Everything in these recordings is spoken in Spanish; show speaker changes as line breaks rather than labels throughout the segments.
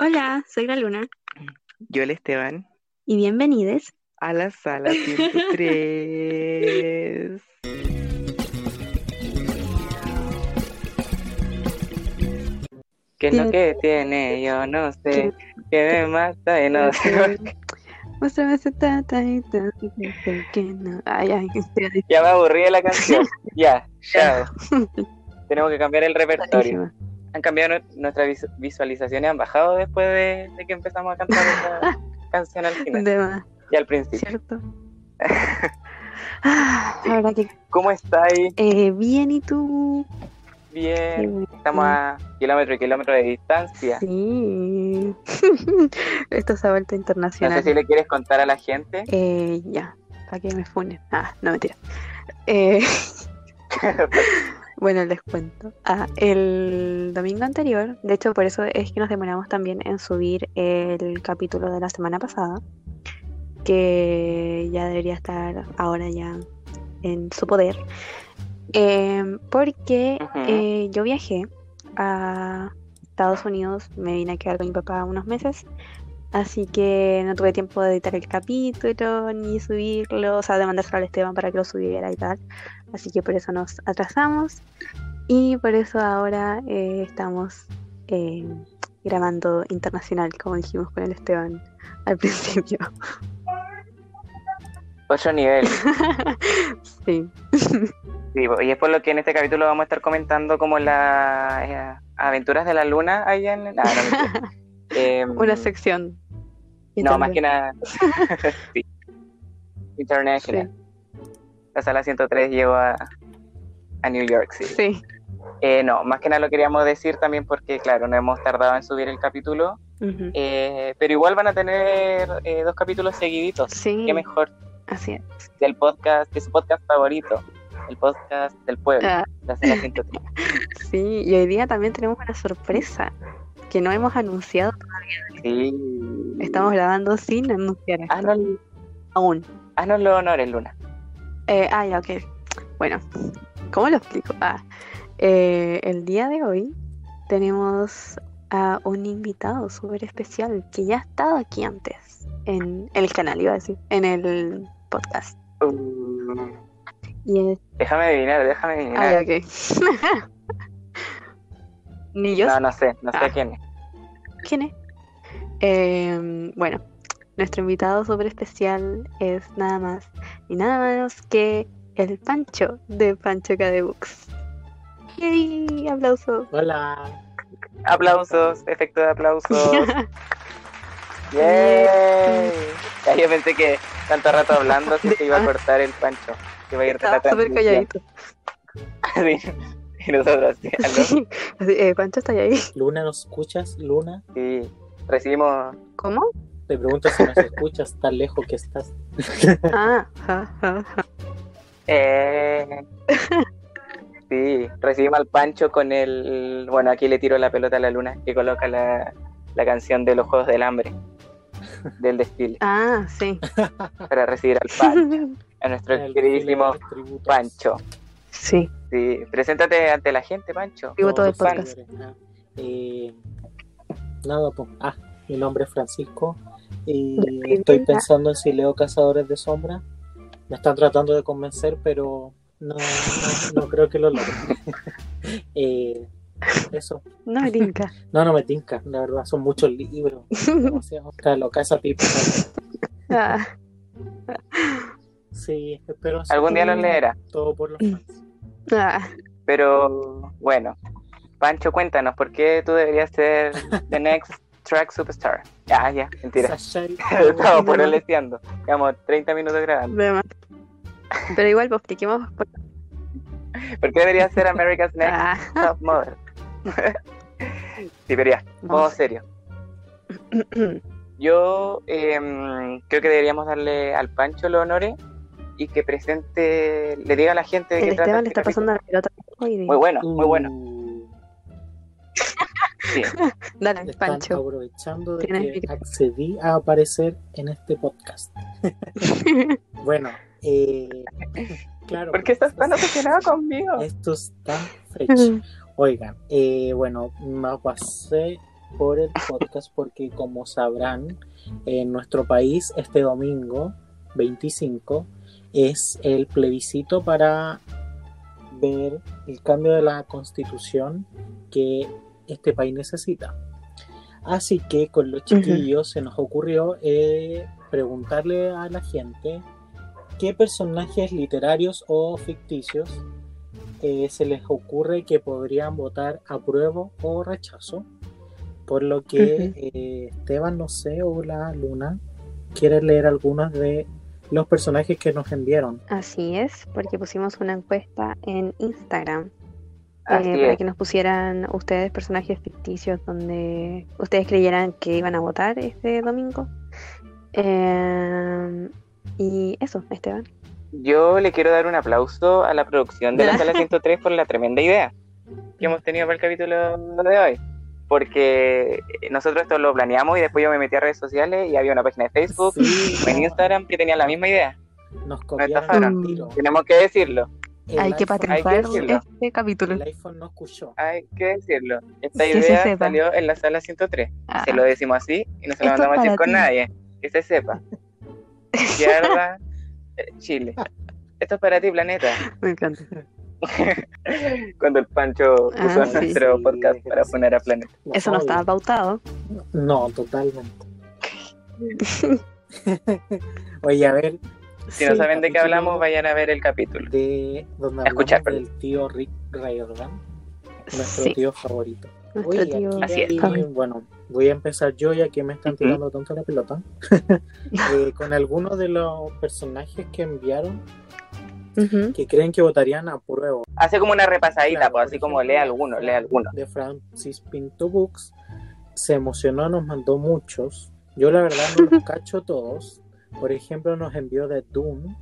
Hola, soy la Luna
Yo, el Esteban,
y bienvenidos.
a la sala 103. ¿Qué es lo que tiene? Yo no sé. Que me mata y no sé.
Este, Muéstrame ese tata y tata y tata que no. Ay, ay, estoy
Ya me aburrí de la canción. Ya, chao. Tenemos que cambiar el repertorio.
adictísima.
Han cambiado nu- nuestras visu- visualizaciones, han bajado después de, de que empezamos a cantar esa canción al final
De más,
y al principio.
¿cierto? Ah, la verdad que
¿Cómo estáis?
eh, bien, ¿y tú?
Bien.
Qué bueno.
Estamos a kilómetro y kilómetro de distancia.
Sí. Esto se ha vuelto
No sé
internacional.
si le quieres contar a la gente,
Eh, ya, para que me funen. Ah, no, mentira. Eh, Bueno, les cuento. Ah, el domingo anterior, de hecho por eso es que nos demoramos también en subir el capítulo de la semana pasada, que ya debería estar ahora ya en su poder, Eh, porque
Ujú.
eh, yo viajé a Estados Unidos, me vine a quedar con mi papá unos meses, así que no tuve tiempo de editar el capítulo ni subirlo, o sea, de mandárselo al Esteban para que lo subiera y tal, así que por eso nos atrasamos. Y por eso ahora eh, estamos eh, grabando internacional, como dijimos con el Esteban al principio.
otro nivel.
sí,
Sí, y es por lo que en este capítulo vamos a estar comentando como las aventuras de la luna allá en... Ah, no, mentira. Em,
una sección.
no, más que nada. sí. International. La sala 103 llegó a, a New York City.
Sí,
Eh, no, más que nada lo queríamos decir también porque, claro, no hemos tardado en subir el capítulo.
ujú.
Eh, pero igual van a tener eh, dos capítulos seguiditos.
sí,
Qué mejor.
así es.
del podcast, de su podcast favorito, el podcast del pueblo,
Ah,
la Sala 103.
sí, y hoy día también tenemos una sorpresa que no hemos anunciado.
Sí.
Estamos grabando sin anunciar esto,
Haznos,
aún.
haznos los honores, Luna.
Eh, ah, ya, ok. Bueno, ¿cómo lo explico? Ah, eh, el día de hoy tenemos a un invitado súper especial que ya ha estado aquí antes en el canal, iba a decir, en el podcast. Y es.
Déjame adivinar, déjame
Ah, ya,
adivinar.
ok. Ni yo
no, no sé, no sé
Ah.
quién es.
¿Quién es? Eh, bueno, nuestro invitado súper especial es nada más y nada menos que el Pancho de Pancho KD Books. ¡Yay! ¡Aplauso!
Hola.
Aplausos, efecto de aplausos.
Yeah.
¡Yay! Ya, yo pensé que tanto rato hablando que se iba a cortar el pancho. Que iba a ir
Ah. Estaba súper calladito.
Sí. Y nosotros, sí, aló.
Sí. Así, eh, Pancho está ahí.
Luna, ¿nos escuchas? Luna,
Sí, recibimos.
¿Cómo?
te pregunto si nos escuchas tan lejos que estás.
Ah, ja, ja, ja.
Eh, sí, recibimos al Pancho con el. Bueno, aquí le tiro la pelota a la luna que coloca la, la canción de los Juegos del Hambre, del desfile,
ah, sí.
para recibir al Pancho, a nuestro
El
queridísimo
desfile de los tributos.
Pancho.
Sí.
Sí, preséntate ante la gente, Pancho.
Digo todo el
Todos
podcast.
seguidores. Ah, eh, nada, pues. Ah, mi nombre es Francisco. Y
Despídete.
estoy pensando en si leo Cazadores de Sombra. Me están tratando de convencer, pero no, no, no creo que lo logre. Eh, eso.
No me tinca.
No, no me tinca, la verdad, son muchos libros. Demasiado. Está loca esa pipa.
Ah,
Sí, espero. hacer
Algún día
todo-
los leerá,
Todo por los fans.
ah.
Uh.
pero bueno. Pancho, cuéntanos, ¿por qué tú deberías ser The Next Track Superstar? Ya, ya, mentira.
Sashay,
Estamos por leseando. Llevamos 30 minutos grabando.
de más. Pero igual, pues, expliquemos por qué.
¿Por qué deberías ser America's Next
Ah.
Top Model. sí, pero ya, modo
Ah.
serio. Yo em, creo que deberíamos darle al Pancho los honores y que presente, le diga a la gente de
El
qué trata.
Esteban le
este
está pasando la pelota. Muy bien.
capítulo. Muy bueno, muy bueno. Sí.
Uh,
Dale,
están
Pancho.
aprovechando de
Tienes
que
micro.
accedí a aparecer en este podcast. Bueno, eh, claro.
¿Por qué estás tan obsesionado
Este,
conmigo?
Esto es tan fresh. Oigan, eh, bueno, me pasé por el podcast porque como sabrán, en nuestro país este domingo 25 es el plebiscito para ver el cambio de la constitución que este país necesita. Así que con los chiquillos se nos ocurrió eh, preguntarle a la gente qué personajes literarios o ficticios eh, se les ocurre que podrían votar apruebo o rechazo. Por lo que
Ujú.
eh, Esteban, no sé, o la Luna, ¿quieres leer algunos de los personajes que nos enviaron?
Así es, porque pusimos una encuesta en Instagram eh,
Así
para
es.
que nos pusieran ustedes personajes ficticios donde ustedes creyeran que iban a votar este domingo. Eh, y eso, Esteban.
Yo le quiero dar un aplauso a la producción de la sala 103 por la tremenda idea que hemos tenido para el capítulo de hoy. Porque nosotros esto lo planeamos y después yo me metí a redes sociales y había una página de Facebook,
Sí,
en Instagram que tenía la misma idea. estafaron.
nos copiaron el tiro.
Tenemos que decirlo,
El
Mm, hay que
iPhone-
patentar
patentar
hay que decirlo.
este capítulo.
El iPhone no escuchó.
hay que decirlo. Esta
Que se
idea
sepa.
salió en la sala 103.
Ah,
Se lo decimos así y no se
Esto es
lo mandamos a decir
para
con
ti.
nadie. Que se sepa. Izquierda, eh, Chile. Esto es para ti, planeta.
me encanta.
Cuando el Pancho
Ah,
puso
sí.
nuestro
Sí,
podcast para
sí.
poner a planeta.
Eso no estaba pautado.
No, totalmente. Oye, a ver.
Si no
sí,
saben de qué hablamos,
capítulo
vayan a ver el capítulo.
De donde
A escuchar,
hablamos del tío Rick Riordan, nuestro
Sí,
tío favorito.
nuestro
Oye,
tío.
aquí
Así es.
hay-
Favorito.
bueno, voy a empezar yo ya que me están
Ujú.
tirando tanto la pelota. Eh, con algunos de los personajes que enviaron
Ujú.
que creen que votarían a prueba
Hace como una repasadita,
Claro,
pues,
por
así como
ejemplo,
lee alguno, lee alguno.
de Francis Pinto Books. Se emocionó, nos mandó muchos. Yo la verdad no los cacho todos. Por ejemplo, nos envió de Doom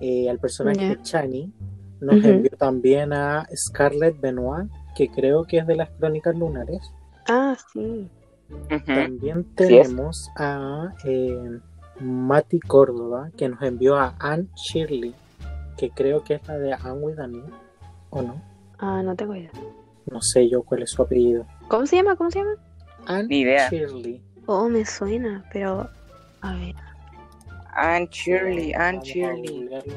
eh, al personaje
Ya.
de Chani. Nos
Ujú.
envió también a Scarlett Benoit, que creo que es de las Crónicas Lunares.
Ah, sí.
Ujú.
También
Así es.
tenemos a eh, Mati Córdoba, que nos envió a Anne Shirley, que creo que es la de Anne with an E, ¿o no?
Ah, no tengo idea.
No sé yo cuál es su apellido.
¿Cómo se llama? ¿Cómo se llama?
Anne
Ni idea.
Shirley.
Oh, me suena, pero. A ver.
Anne Shirley, Anne
Vamos a
Shirley.
googlearlo.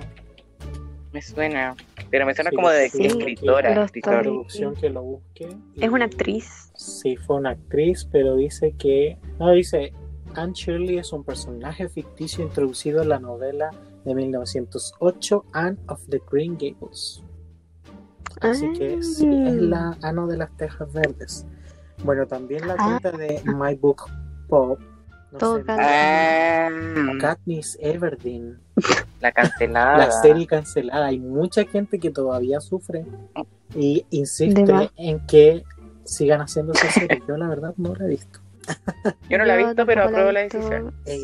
Me suena. Pero me suena
Sí,
como de
sí,
escritora.
lo
escritora.
estoy-
Producción que lo busque. y-
Es una actriz.
Sí, fue una actriz, pero dice que. No, dice. Anne Shirley es un personaje ficticio introducido en la novela de 1908, Anne of the Green Gables. Así que sí, es la Ano de las Tejas Verdes. Bueno, también la
Ah.
cuenta de My Book Pop. No
Todo
sé,
canta.
Ah,
Katniss Everdeen.
la cancelada.
La serie cancelada. Hay mucha gente que todavía sufre y
De
insiste
más.
en que sigan haciendo esa serie. Yo la verdad no la he visto.
Yo no la he
Yo
visto, pero
tampoco
apruebo la
he visto.
decisión.
Eh,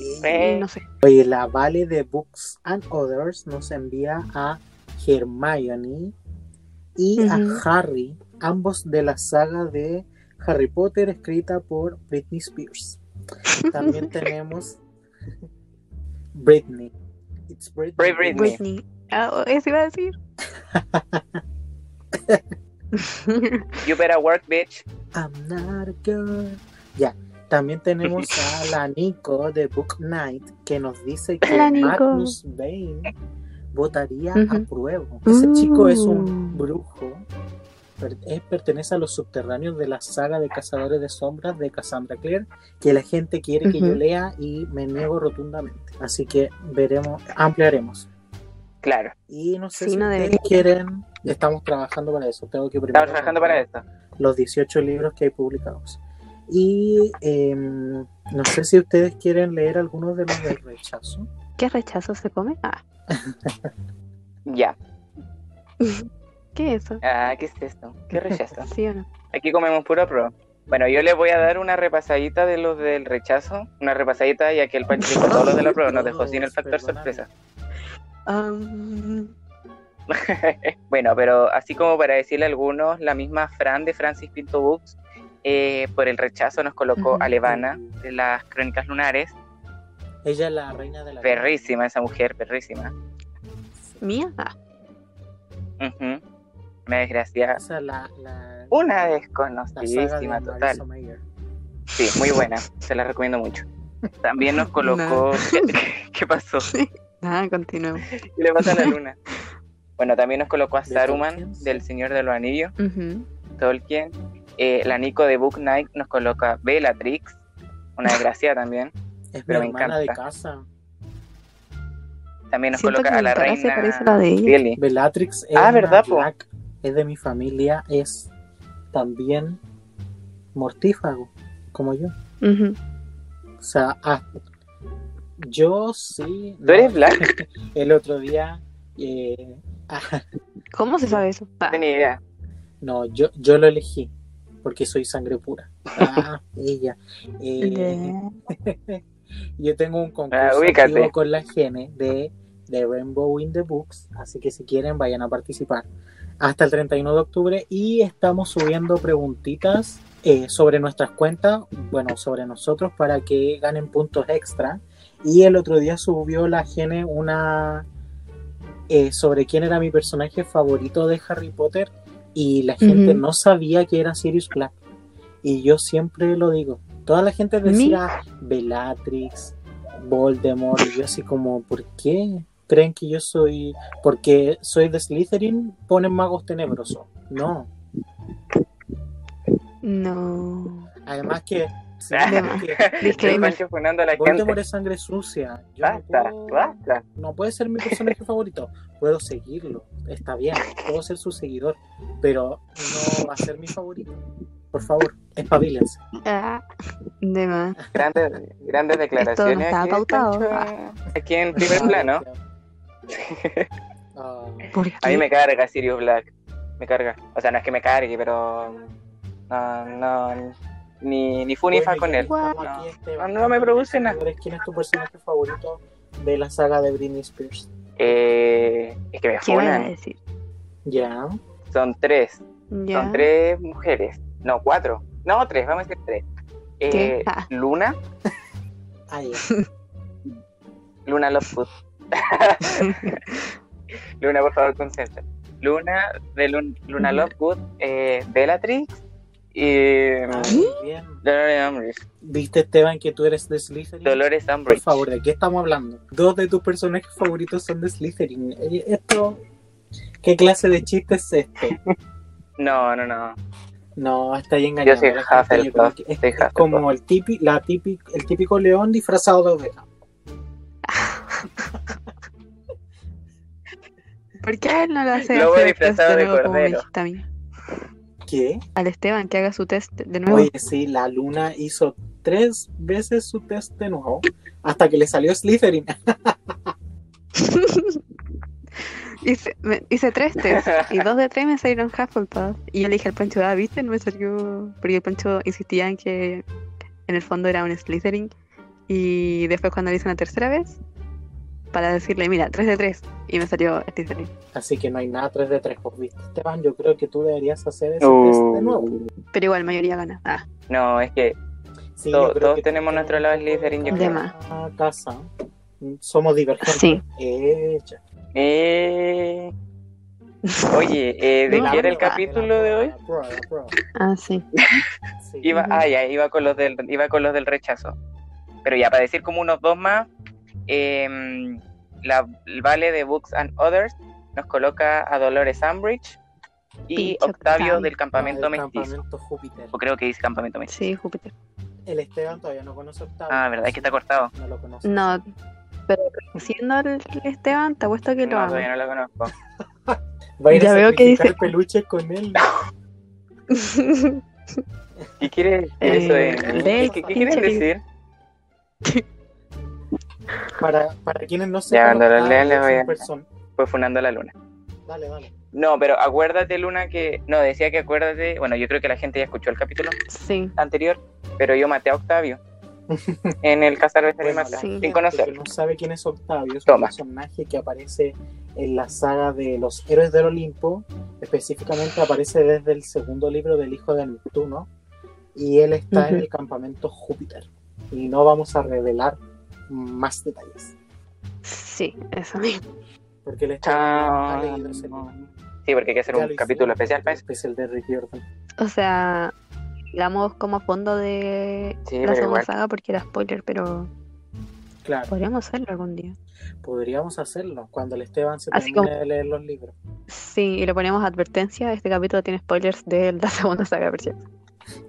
Eh,
No sé.
Oye, la Vale de Books and Others nos envía a Hermione y
Ujú.
a Harry, ambos de la saga de Harry Potter escrita por Britney Spears. También tenemos Britney. It's Britney.
Bri- Britney.
Britney. Ah, o- eso iba a decir.
You better work, bitch.
I'm not a girl. Ya. También tenemos a la Nico de Book Night que nos dice que
La Nico.
Magnus Bane votaría
Ujú.
a prueba. Ese chico es un
Mm.
brujo. Per- eh, pertenece a los subterráneos de la saga de Cazadores de Sombras de Cassandra Clare que la gente quiere que
Ujú.
yo lea y me niego rotundamente. Así que veremos, ampliaremos.
Claro.
Y no sé
Sí,
si
no
ustedes
debería.
quieren. Estamos trabajando para eso. Tengo que primero
Estamos trabajando para esto.
los 18 libros que hay publicados. Y eh, no sé si ustedes quieren leer algunos de los del rechazo.
¿Qué rechazo se come? Ah.
Ya.
¿Qué es eso?
Ah, ¿qué es esto? ¿Qué rechazo?
¿Sí o no?
Aquí comemos puro pro. Bueno, yo les voy a dar una repasadita de los del rechazo. Una repasadita, ya que el Pancho dijo todos los de la prueba. Nos dejó sin el factor
Perdóname.
sorpresa.
Um,
Bueno, pero así como para decirle a algunos, la misma Fran de Francis Pinto Books, eh, por el rechazo nos colocó
Ujú.
a Levana de las Crónicas Lunares.
Ella es la reina de la.
Perrísima esa mujer, perrísima.
¿Mía? Ah.
Ujú. Una desgracia.
Esa es la, la,
Una
la saga de
desconocidísima
Marisa
total.
Mayer.
Sí, muy buena. Se la recomiendo mucho. También nos colocó. ¿Qué pasó?
Nada, continuemos.
¿Qué le pasa a la luna? Bueno, también nos colocó a
De
Saruman
Tolkien, sí.
del Señor de los Anillos,
Ujú.
Tolkien. Eh, la Nico de Book Night nos coloca Bellatrix, una desgracia también.
Es
Pero me
mi hermana de
encanta.
casa.
También nos
Siento
coloca
que
a la
mi cara se
reina
parece a la de ella.
Lily.
Bellatrix es,
Ah,
una
¿verdad, po?
Black, es de mi familia, es también mortífago, como yo.
Ujú.
O sea, ah, yo sí.
¿Tú eres
no,
Ah,
Black?
El otro día. eh, ah,
¿Cómo se sabe eso? Ah,
No tenía idea.
no, yo, yo lo elegí porque soy sangre pura. Ah, ella. Eh,
ya.
Yo tengo un concurso
Ah, ubícate.
activo con la Gene de, de Rainbow in the Books, así que si quieren vayan a participar hasta el 31 de octubre y estamos subiendo preguntitas eh, sobre nuestras cuentas, bueno, sobre nosotros para que ganen puntos extra. Y el otro día subió la Gene una eh, sobre quién era mi personaje favorito de Harry Potter y la gente
Ujú.
no sabía que era Sirius Black. Y yo siempre lo digo. Toda la gente decía, Bellatrix, Voldemort, y yo así como, ¿por qué? ¿Creen que yo soy, porque soy de Slytherin, ponen magos tenebrosos? No.
No.
Además que, sí,
Ah.
porque
Estoy
Disclaimer.
funando a la
Voldemort
gente.
es sangre sucia. Yo no,
Basta,
puedo-
basta.
no puede ser mi personaje favorito. Puedo seguirlo, está bien, puedo ser su seguidor, pero no va a ser mi favorito. Por favor, espabilense.
Ah, de más.
Grandes, grandes declaraciones
estaba
aquí,
pautado. Ah.
Pancho, aquí en primer plano.
Ah,
¿Por qué?
A mí me carga Sirius Black. Me carga. O sea, no es que me cargue, pero. No, no. Ni, ni fu ni fa
Bueno,
con
ya
él.
que estamos
No.
aquí, este Esteban,
No, no me produce nada.
¿Quién es tu personaje favorito de la saga de Britney Spears?
Eh, es que me
¿Qué van a
funan.
decir?
Ya.
Son tres.
Ya.
Son tres mujeres. No, cuatro. No, tres. Vamos a decir tres. Eh,
¿Qué? Ah.
Luna.
Ah, ya.
Luna Lovegood. Luna, por favor, concentra. Luna, de Lun- Luna
Ujú.
Lovegood. Eh, Bellatrix. Y. mm,
Ah,
¿Qué?
muy bien.
Dolores Umbridge.
¿Viste, Esteban, que tú eres de Slytherin?
Dolores
Por
Umbridge.
favor, ¿de qué estamos hablando? Dos de tus personajes favoritos son de Slytherin. Eh, Esto... ¿Qué clase de chiste es este?
No, no, no.
No, está ahí engañado.
Yo soy
La gente, yo creo
Hufflepuff,
que Es,
soy
es como
Hufflepuff.
el, típi- la típi- el típico león disfrazado de oveja.
¿Por qué a él no lo hace
Lobo
hacer
disfrazado
test
de
nuevo como me
cordero.
dijiste a mí?
¿Qué?
Al Esteban que haga su test de nuevo.
Oye, sí, la luna hizo tres veces su test de nuevo hasta que le salió Slytherin.
hice, me- hice tres test y dos de tres me salieron Hufflepuff. Y yo le dije al Pancho, ah, ¿viste? No me salió. Porque el Pancho insistía en que en el fondo era un Slytherin. Y después cuando lo hice una tercera vez, para decirle, mira, tres de tres. Y me salió Slytherin.
Así que no hay nada 3 de 3, ¿viste? Esteban, yo creo que tú deberías hacer ese
Uh.
test de nuevo.
Pero igual, mayoría gana. Ah,
No, es que
Sí,
To-
yo creo
todos
que
tenemos nuestro lado Slytherin,
yo
cada casa. Somos divergentes.
sí.
Eh, ya.
Eh, Oye, eh, ¿de
No,
qué era el
prueba,
capítulo
la
de hoy?
prueba, la prueba.
Ah, sí.
Sí.
Iba,
Ujú.
ah, ya, iba con los del, iba con los del rechazo. Pero ya, para decir como unos dos más, em, la el Vale de Books and Others nos coloca a Dolores Umbridge y
Pincho
Octavio
Octavio.
del
Ah,
Campamento
el
Mestizo.
campamento Júpiter.
O creo que dice Campamento Mestizo.
Sí, Júpiter.
El Esteban todavía no conoce a Octavio.
Ah, verdad, es que está cortado.
No lo conoce.
No, pero siendo el Esteban, te apuesto que lo
No,
amo.
todavía no lo conozco.
Va a ir
Ya
a
veo que
sacrificar
dice-
peluche con él.
¿Qué quiere decir eso de
Eh,
mí?
ve,
¿Qué, qué quieren
pinche
decir?
Para, para quienes no sepan,
cuando lo
Octavio
lean les
es
voy
un
a-
person-
Fue funando a la luna.
Dale, dale.
No, pero acuérdate, Luna, que. No, decía que acuérdate. Bueno, yo creo que la gente ya escuchó el capítulo
sí.
anterior, pero yo maté a Octavio en el Cazar de Animales,
sí.
sin
Que
conocerlo.
no sabe quién es Octavio, es
Toma.
un personaje que aparece en la saga de los héroes del Olimpo, específicamente aparece desde el segundo libro del Hijo de Neptuno, y él está en
Ujú.
el campamento Júpiter. Y no vamos a revelar más detalles,
Sí, eso mismo.
porque él está
Chao.
ha leído ese libro.
Sí, porque hay que hacer
Ya
un pues.
lo hicimos,
capítulo especial para eso.
Especial de Rick Jordan.
O sea, hablamos como a fondo de
Sí,
la
pero
segunda
igual.
saga porque era spoiler, pero
Claro,
podríamos hacerlo algún día.
podríamos hacerlo cuando el Esteban se
Así
termine de leer los libros.
Sí, y le ponemos advertencia, este capítulo tiene spoilers de la segunda saga, por cierto.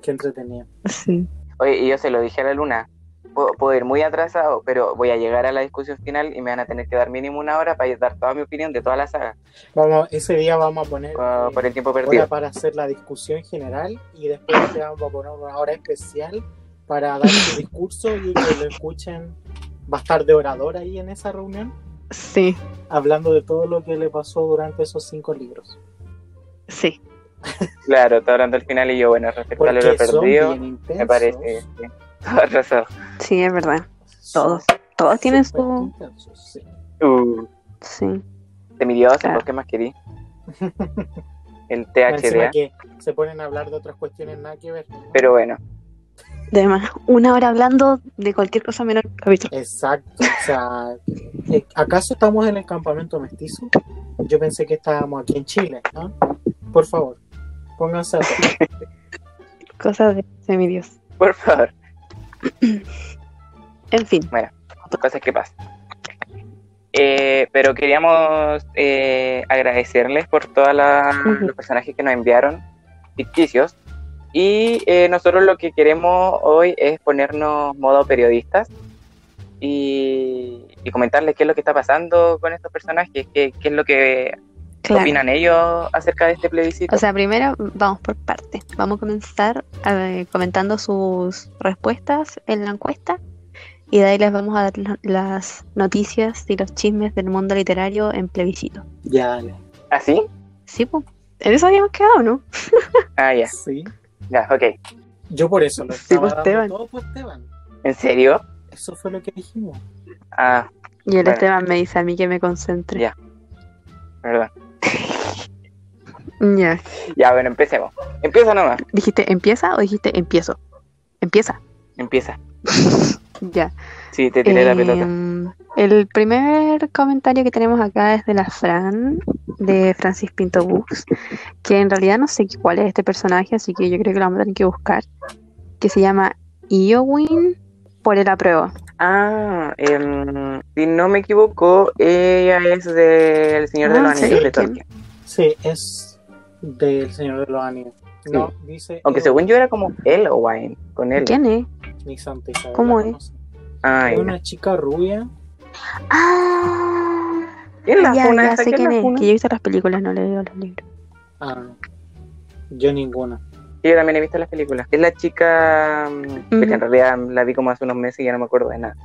Qué entretenido.
Sí.
Oye, y yo se lo dije a la luna. Puedo, puedo ir muy atrasado, pero voy a llegar a la discusión final y me van a tener que dar mínimo una hora para dar toda mi opinión de toda la saga,
Vamos, ese día vamos a poner
uh,
eh,
por el tiempo
hora
perdido.
para hacer la discusión general y después te vamos a poner una hora especial para dar tu discurso y que lo escuchen. Va a estar de orador ahí en esa reunión,
Sí,
hablando de todo lo que le pasó durante esos cinco libros.
sí.
Claro, todo hablando al final y yo, bueno, respecto a Este lo
Porque son
perdido,
bien intensos.
me parece. Sí, toda razón.
Sí, es verdad.
Son
Todos. Todos tienen
súper
su...
intensos, sí.
Uh,
Sí.
de mi dios,
Claro.
¿por qué más querí? El
Más encima
THDA.
que se ponen a hablar de otras cuestiones nada que ver. ¿no?
Pero bueno,
Además, una hora hablando de cualquier cosa menos el capítulo.
Exacto. O sea, eh, ¿acaso estamos en el campamento mestizo? Yo pensé que estábamos aquí en Chile. ¿no? Por favor, pónganse a tono.
Cosas de semidios.
por favor,
En fin,
cosas que pasan. Eh, pero queríamos eh, agradecerles por todos
Ujú.
los personajes que nos enviaron, ficticios. Y eh, nosotros lo que queremos hoy es ponernos modo periodistas y, y comentarles qué es lo que está pasando con estos personajes, qué, qué es lo que
claro.
opinan ellos acerca de este plebiscito.
O sea, primero vamos por parte. Vamos a comenzar eh, comentando sus respuestas en la encuesta y de ahí les vamos a dar la- las noticias y los chismes del mundo literario en plebiscito.
Ya, dale.
¿Así?
Sí, pues. En eso habíamos quedado, ¿no?
Ah, ya,
Sí.
ya, ok.
Yo por eso lo
Sí,
estaba
pues,
dando
Esteban.
todo por Esteban.
¿En serio?
Eso fue lo que dijimos.
Ah,
Y el
Bueno.
Esteban me dice a mí que me concentre.
Ya. perdón.
Ya.
Ya, bueno, empecemos. Empieza nomás.
¿Dijiste empieza o dijiste empiezo? Empieza.
Empieza.
Ya.
Sí, te tiré la
Eh,
pelota.
El primer comentario que tenemos acá es de la Fran, de Francis Pinto Books, que en realidad no sé cuál es este personaje, así que yo creo que lo vamos a tener que buscar, que se llama Iowin por el apruebo.
Ah, em, si no me equivoco, ella es del Señor de
Ah,
los
sí,
Anillos de
¿quién?
Tolkien.
Sí, es del Señor de los Anillos. No, dice.
Aunque según yo era como Elowine, con él.
¿Quién es?
Ni Santa Isabel
¿Cómo
la
es?
conoce.
Ah,
Es
ya.
una chica rubia.
Ah,
¿Quién la
ya,
funa
ya
esa?
sé
¿Quién
quién
la
es,
funa?
que yo he visto las películas, no leo los libros.
Ah, yo ninguna.
Sí, Yo también he visto las películas. Es la chica mm, que en realidad la vi como hace unos meses y ya no me acuerdo de nada.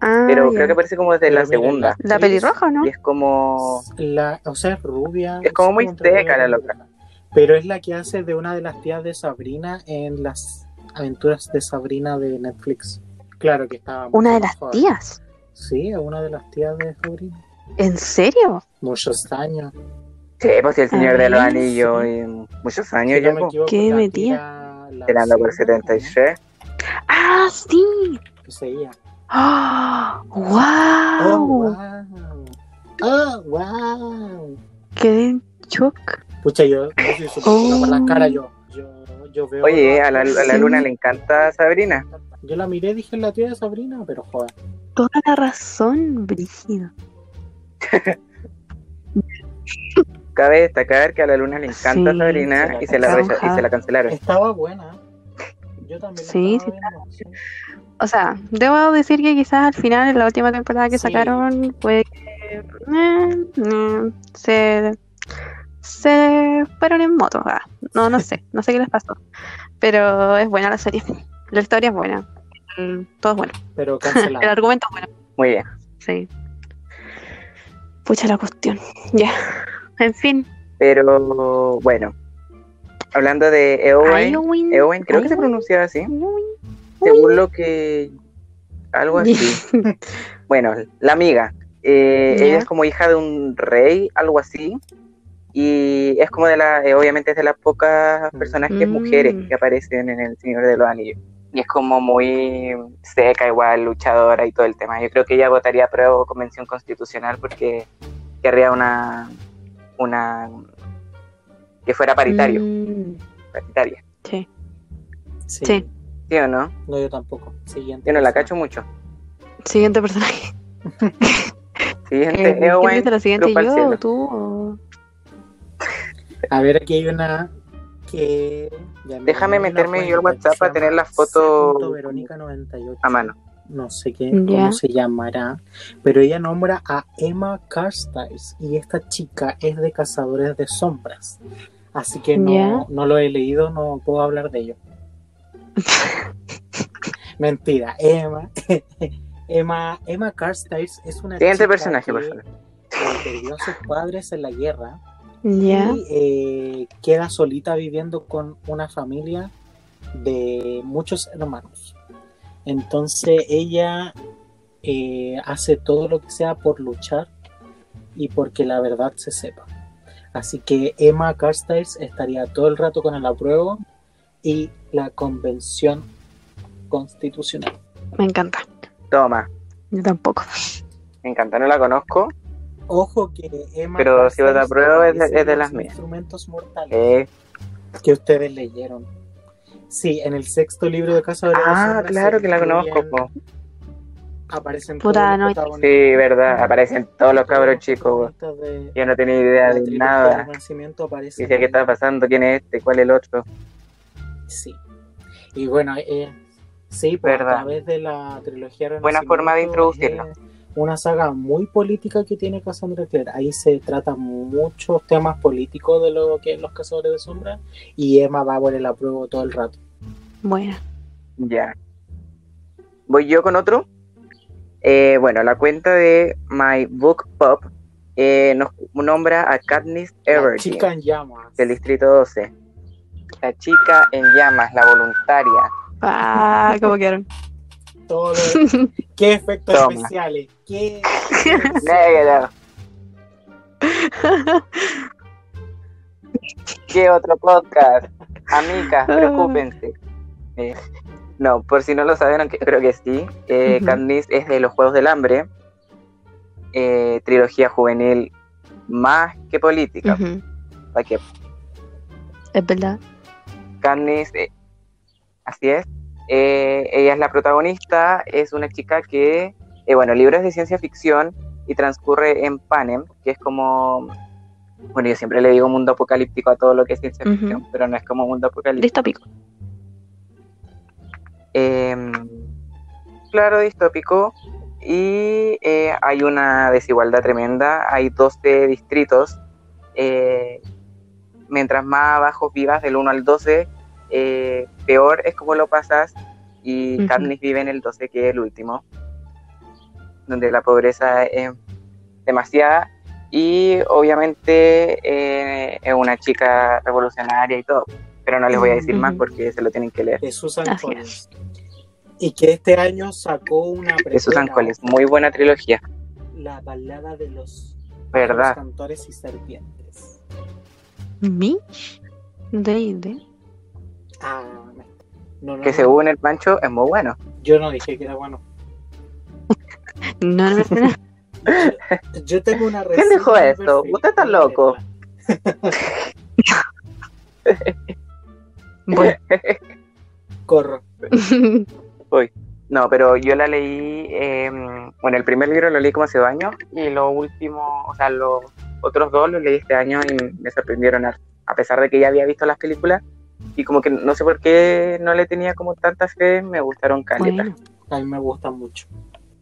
Ah,
Pero
ya.
creo que parece como de la
Pero mira,
segunda.
¿La
actriz-
pelirroja o no?
Y es como...
La, o sea, es rubia.
Es como muy
entre rubia y
seca la
pelirroja. Pero es la que hace de una de las tías de Sabrina en las aventuras de Sabrina de Netflix. Claro que estaba. mucho
Una de
más
las
joven.
tías.
Sí, es una de las tías de Sabrina.
¿En serio?
Muchos años.
Sí, pues sí, el Señor de los
Ah,
Anillos. y muchos años
Si
ya,
no me
po.
equivoco,
¿Qué
la
metía?
tira la
Tirando por
Silva, ¿no?
73.
Ah, sí.
Que seguía.
¡Ah!
Oh,
¡Wow!
wow. Oh, wow.
Quedé en shock.
Pucha, yo, yo soy súper
Oh.
mala para las caras, yo, yo, yo veo.
Oye,
los
a la, a la
actores.
Sí.
luna le encanta Sabrina.
Yo la miré, dije la tía de Sabrina, pero joder.
Toda la razón, Brígido.
Cabe destacar que a la luna le encanta
Sí,
Sabrina
se la
y, se la
cancelaron.
recha- y se la cancelaron.
Estaba buena. Yo también la
Sí,
estaba
sí,
viendo, sí.
O sea, debo decir que quizás al final, en la última temporada que
Sí.
sacaron, pues. eh, eh, se. Se fueron en moto. ah. No, no sé. No sé qué les pasó. Pero es buena la serie. La historia es buena. Mm, Todo es bueno.
Pero
El
cancelada.
argumento es bueno.
Muy bien.
Sí. Pucha la cuestión. Ya. En fin.
Pero bueno, hablando de Eowyn,
Iowin-
Eowyn creo que se
Iowin-
pronunciaba así,
Iowin.
según lo que. Algo así. Bueno, la amiga. eh,
Ya.
Ella es como hija de un rey, algo así. Y es como de la, eh, obviamente es de las pocas personajes
Mm.
mujeres que aparecen en El Señor de los Anillos. Y es como muy seca, igual, luchadora y todo el tema. Yo creo que ella votaría a prueba convención constitucional porque querría una, una que fuera paritario,
Mm,
paritaria.
sí.
Sí.
Sí.
¿Sí o no?
No, yo tampoco. Siguiente.
Yo no la
persona.
cacho mucho.
Siguiente personaje.
Siguiente,
Eh, ¿Quién
Eowyn,
dice la siguiente?
Grupo al
¿Yo
cielo.
o tú? o-
A ver, aquí hay una que. ya me
Déjame
mandé la
meterme yo al
cuenta, que
WhatsApp
se
para tener
llama
la foto
C.Verónica98.
a mano.
No sé qué,
Ya.
cómo se llamará. Pero ella nombra a Emma Carstiles. Y esta chica es de Cazadores de Sombras. Así que no,
Ya.
no lo he leído, no puedo hablar de ello. Mentira, Emma. Emma, Emma Carstiles es una
Siguiente
chica
personaje,
que,
por favor.
eh, perdió a sus padres en la guerra
Ya.
y eh, queda solita viviendo con una familia de muchos hermanos. Entonces ella eh, hace todo lo que sea por luchar y porque la verdad se sepa. Así que Emma Carstiles estaría todo el rato con el apruebo y la convención constitucional.
Me encanta.
Toma,
Yo tampoco.
me encanta, no la conozco.
Ojo que Emma
Pero si
Carstiles
vos la apruebas, es de-
aparece
es de
en
las
los
mías.
Instrumentos mortales.
Eh,
que ustedes leyeron. Sí, en el sexto libro de Casa de las
ah,
Sombras se
claro que la conozco.
incluyen-
po.
Aparecen
Puta,
todos los
no.
protagonistas-
Sí, verdad, aparecen todos los cabros chicos. po.
protagonistas de
Yo no tenía
la
idea de
trilogía del
nada.
Renacimiento aparecen
Dice, ¿qué
ahí.
está pasando? ¿Quién es este? ¿Cuál es el otro?
Sí. Y bueno, eh, sí, pues,
Verdad.
a través de la trilogía del
Buena forma de
Renacimiento,
introducirlo.
es Una saga muy política que tiene Cassandra Clare. Ahí se tratan muchos temas políticos de lo que es los Cazadores de Sombras y Emma va por el apruebo todo el rato.
Bueno.
Ya. Voy yo con otro. Eh, bueno, la cuenta de My Book Pop eh, nos nombra a Katniss
La
Everdeen
chica en llamas.
del Distrito 12. La chica en llamas, la voluntaria.
Ah, ¿cómo quedaron?
Todo lo- ¿Qué efectos
Toma.
especiales? ¿Qué?
Negro. ¿Qué otro podcast?
Ah.
Amigas, preocúpense. Eh, no, por si no lo saben, aunque creo que sí. Eh,
Ujú.
Katniss es de los Juegos del Hambre. eh, trilogía juvenil más que política.
Ujú.
pa' que
Es verdad.
Katniss, eh, así es. Eh, ella es la protagonista, es una chica que, eh, bueno, el libro es de ciencia ficción y transcurre en Panem, que es como, bueno, yo siempre le digo mundo apocalíptico a todo lo que es ciencia
Ujú.
ficción, pero no es como mundo apocalíptico.
Distópico.
Eh, claro, distópico. Y eh, hay una desigualdad tremenda, hay 12 distritos. eh, mientras más abajo vivas, del 1 al 12, eh, peor es como lo pasas. Y
Ujú.
Katniss vive en el 12, que es el último, donde la pobreza es demasiada. Y obviamente eh, es una chica revolucionaria y todo. Pero no les voy a decir más
Ujú.
porque se lo tienen que leer.
de Susan
Así
Collins. Y que este año sacó una
de Susan
precuela,
Collins. Muy buena trilogía,
La balada de los, de los
¿verdad?
cantores y serpientes.
¿Mi? No tenía idea.
Ah, no, no,
Que
no,
según el Pancho es muy bueno.
Yo no dije que era bueno.
No, no me suena.
Yo, yo tengo una receta.
dijo esto? Usted está loco.
Bueno.
Corro.
No, pero yo la leí, eh, bueno, el primer libro lo leí como hace dos años y lo último, o sea, los otros dos los leí este año y me sorprendieron harto, a pesar de que ya había visto las películas y como que no sé por qué no le tenía como tanta fe, me gustaron caleta.
bueno.
A mí me gusta mucho.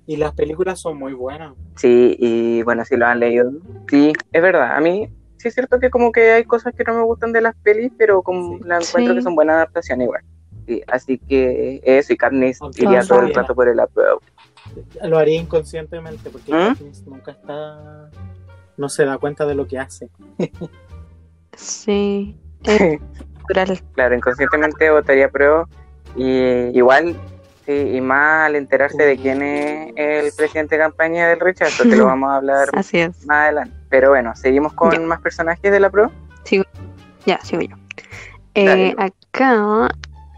Y las películas son muy buenas.
Sí, y bueno, si lo han leído, sí, es verdad, a mí sí es cierto que como que hay cosas que no me gustan de las pelis, pero como
Sí.
la encuentro
Sí.
que son buenas adaptaciones igual. Sí, así que eso, y Katniss
Aunque
iría
no
todo el
sabía.
rato por el apruebo.
Lo haría inconscientemente porque
¿Mm?
Katniss nunca está. No se da cuenta de lo que hace.
Sí. Es natural.
Claro, inconscientemente votaría apruebo, y igual, sí, y más al enterarse de quién es el presidente de campaña del rechazo, que lo vamos a hablar
Así es.
más adelante. Pero bueno, seguimos con
Ya.
más personajes de la prueba.
Ya, sigo yo.
Dale,
Eh,
Lu.
acá,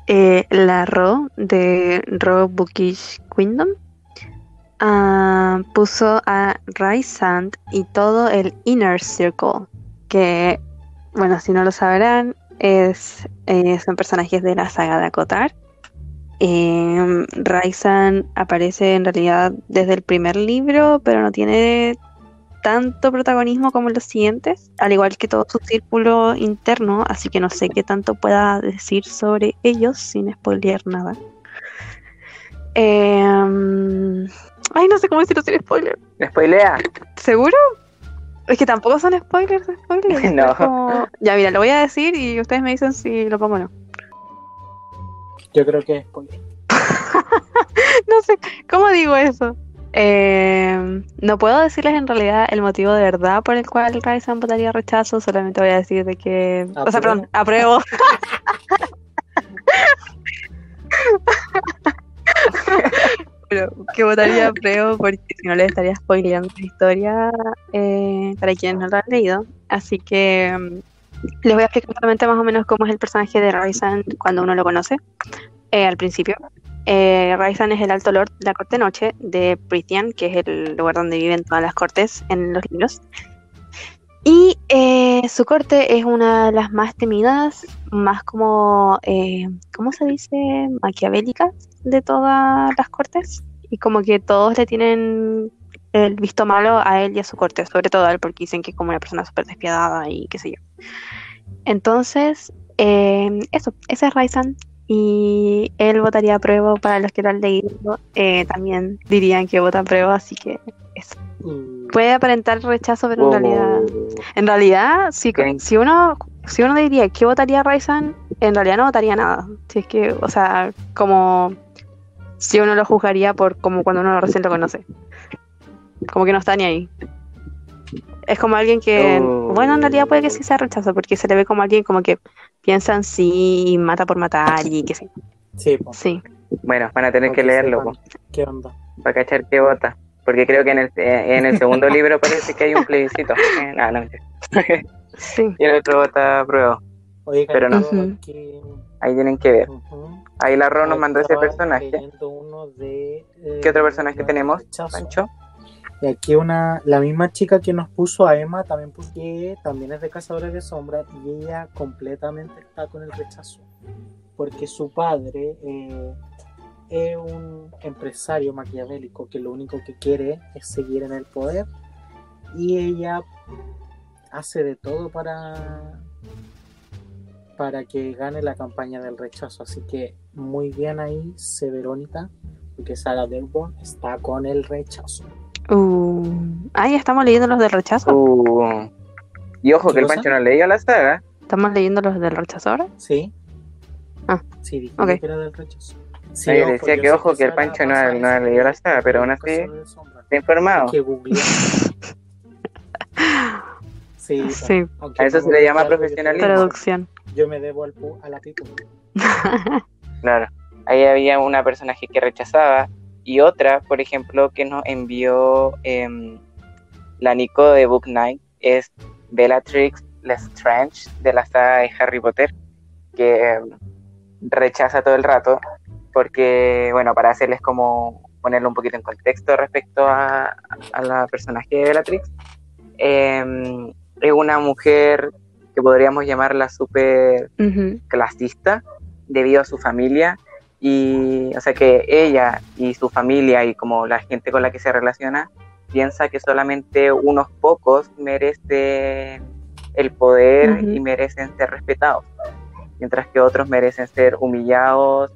eh, la Ro de Ro Bookish Kingdom ah, puso a Rysand y todo el Inner Circle. Que, bueno, si no lo sabrán, es, eh, son personajes de la saga de Akotar. Eh, Raizan aparece en realidad desde el primer libro, pero no tiene tanto protagonismo como los siguientes, al igual que todo su círculo interno, así que no sé qué tanto pueda decir sobre ellos sin spoilear nada. Eh, ay, no sé cómo decirlo sin spoiler.
Spoilea.
¿Seguro? Es que tampoco son spoilers, spoilers.
No.
Es como- Ya, mira, lo voy a decir y ustedes me dicen si lo pongo o no.
Yo creo que es spoiler.
No sé, ¿cómo digo eso? Eh, no puedo decirles en realidad el motivo de verdad por el cual Ryzen votaría rechazo, solamente voy a decir de que... O sea,
Apruebo.
perdón, apruebo. Pero que votaría apruebo porque si no les estaría spoileando la historia eh, para quienes no lo han leído. Así que mm, les voy a explicar solamente más o menos cómo es el personaje de Ryzen cuando uno lo conoce eh, al principio. Eh, Raizan es el alto lord de la corte noche de Prithian, que es el lugar donde viven todas las cortes en los libros. Y eh, su corte es una de las más temidas, más como, eh, ¿cómo se dice? Maquiavélicas de todas las cortes. Y como que todos le tienen el visto malo a él y a su corte, sobre todo a él, porque dicen que es como una persona súper despiadada y qué sé yo. Entonces, eh, eso, ese es Raizan. Y él votaría a prueba para los que lo han leído. eh, también dirían que vota a prueba, así que
Mm,
puede aparentar rechazo, pero
Oh,
en realidad. En realidad, si,
¿Qué?
si uno si uno diría que votaría Ryzen, en realidad no votaría nada. Si es que, o sea, como si uno lo juzgaría por como cuando uno recién lo conoce. Como que no está ni ahí. Es como alguien que,
Oh.
bueno, en realidad puede que sí sea rechazo, porque se le ve como alguien como que piensa en sí y mata por matar y que sí.
Sí, po,
Sí.
Bueno, van a tener
para
que leerlo,
sepan
po,
¿Qué onda?
para cachar qué vota. Porque creo que en el, eh, en el segundo libro parece que hay un plebiscito. Eh, no, no.
Sí.
Y el otro vota apruebo.
Oye,
Pero
no.
Carlos,
Ujú.
aquí-
Ahí tienen que ver.
ujú.
Ahí la Ro nos mandó ese
Estaba
personaje.
leyendo uno de, eh,
¿Qué otro personaje
de
tenemos,
rechazo.
Pancho?
Y aquí una, la misma chica que nos puso a Emma también puso que también es de Cazadores de Sombra y ella completamente está con el rechazo. Porque su padre eh, es un empresario maquiavélico que lo único que quiere es seguir en el poder y ella hace de todo para para que gane la campaña del rechazo. Así que muy bien ahí, Severónica, porque Sara Delborn está con el rechazo.
Uh, ah, ya estamos leyendo los del rechazo.
Uh. Y ojo
¿Qué
que el
cosa?
Pancho no leía la saga.
Estamos leyendo los del rechazo ahora.
Sí.
Ah,
sí, dije
ok.
que era del rechazo. Sí,
Oye,
ojo,
decía
yo
que
sé
ojo que el
Sara
Pancho no,
pasa
no
eso
leyó la
de-
saga, pero
de
aún así Ah.
Cazadores de Sombra.
está informado.
Que googleé. Sí,
Sí,
aunque
A eso
no
se
me
le
guste
llama
algo, yo
profesionalismo.
creo que
traducción.
Yo me debo al pu- a la pico.
Claro. Ahí había una personaje que rechazaba y otra, por ejemplo, que nos envió em, la Nico de Book Night es Bellatrix Lestrange de la saga de Harry Potter, que em, rechaza todo el rato porque, bueno, para hacerles como ponerlo un poquito en contexto respecto a, a la personaje de Bellatrix, em, es una mujer que podríamos llamarla super
Ujú.
clasista debido a su familia y o sea que ella y su familia y como la gente con la que se relaciona piensa que solamente unos pocos merecen el poder
Ujú.
y merecen ser respetados mientras que otros merecen ser humillados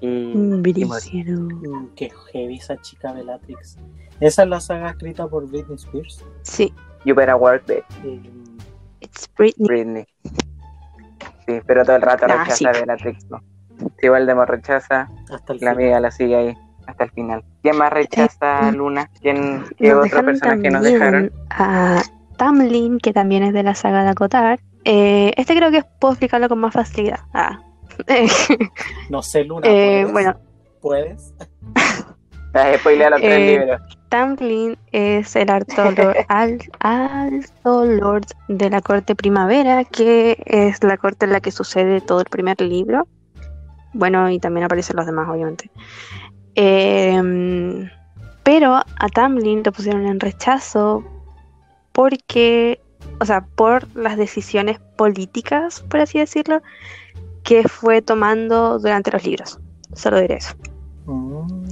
y,
Mm,
y morir.
brígido.
Mm, Qué heavy esa chica Bellatrix. Esa es la saga escrita por Britney Spears.
Sí,
You better work it,
Mm,
it's Britney.
Britney sí, pero todo el rato
Nah,
rechaza
Ah, sí.
a Bellatrix ¿no? si Voldemort rechaza
hasta el
La
final.
amiga la sigue ahí hasta el final. ¿Quién más rechaza a Luna? ¿Quién, ¿Qué
Eh, Nos
otro
dejaron
personaje nos
también
dejaron?
A Tamlin, que también es de la saga de Akotar. Eh, este creo que puedo explicarlo con más facilidad. Ah. Eh,
No sé, Luna,
eh,
¿puedes?
bueno,
¿Puedes?
Las spoilea Ah, los tres
Eh,
libros.
Tamlin es el alto lord, al- alto lord de la corte primavera, que es la corte en la que sucede todo el primer libro. Bueno, y también aparecen los demás, obviamente. Eh, pero a Tamlin lo pusieron en rechazo porque o sea, por las decisiones políticas, por así decirlo, que fue tomando durante los libros. Solo diré eso.
Mm.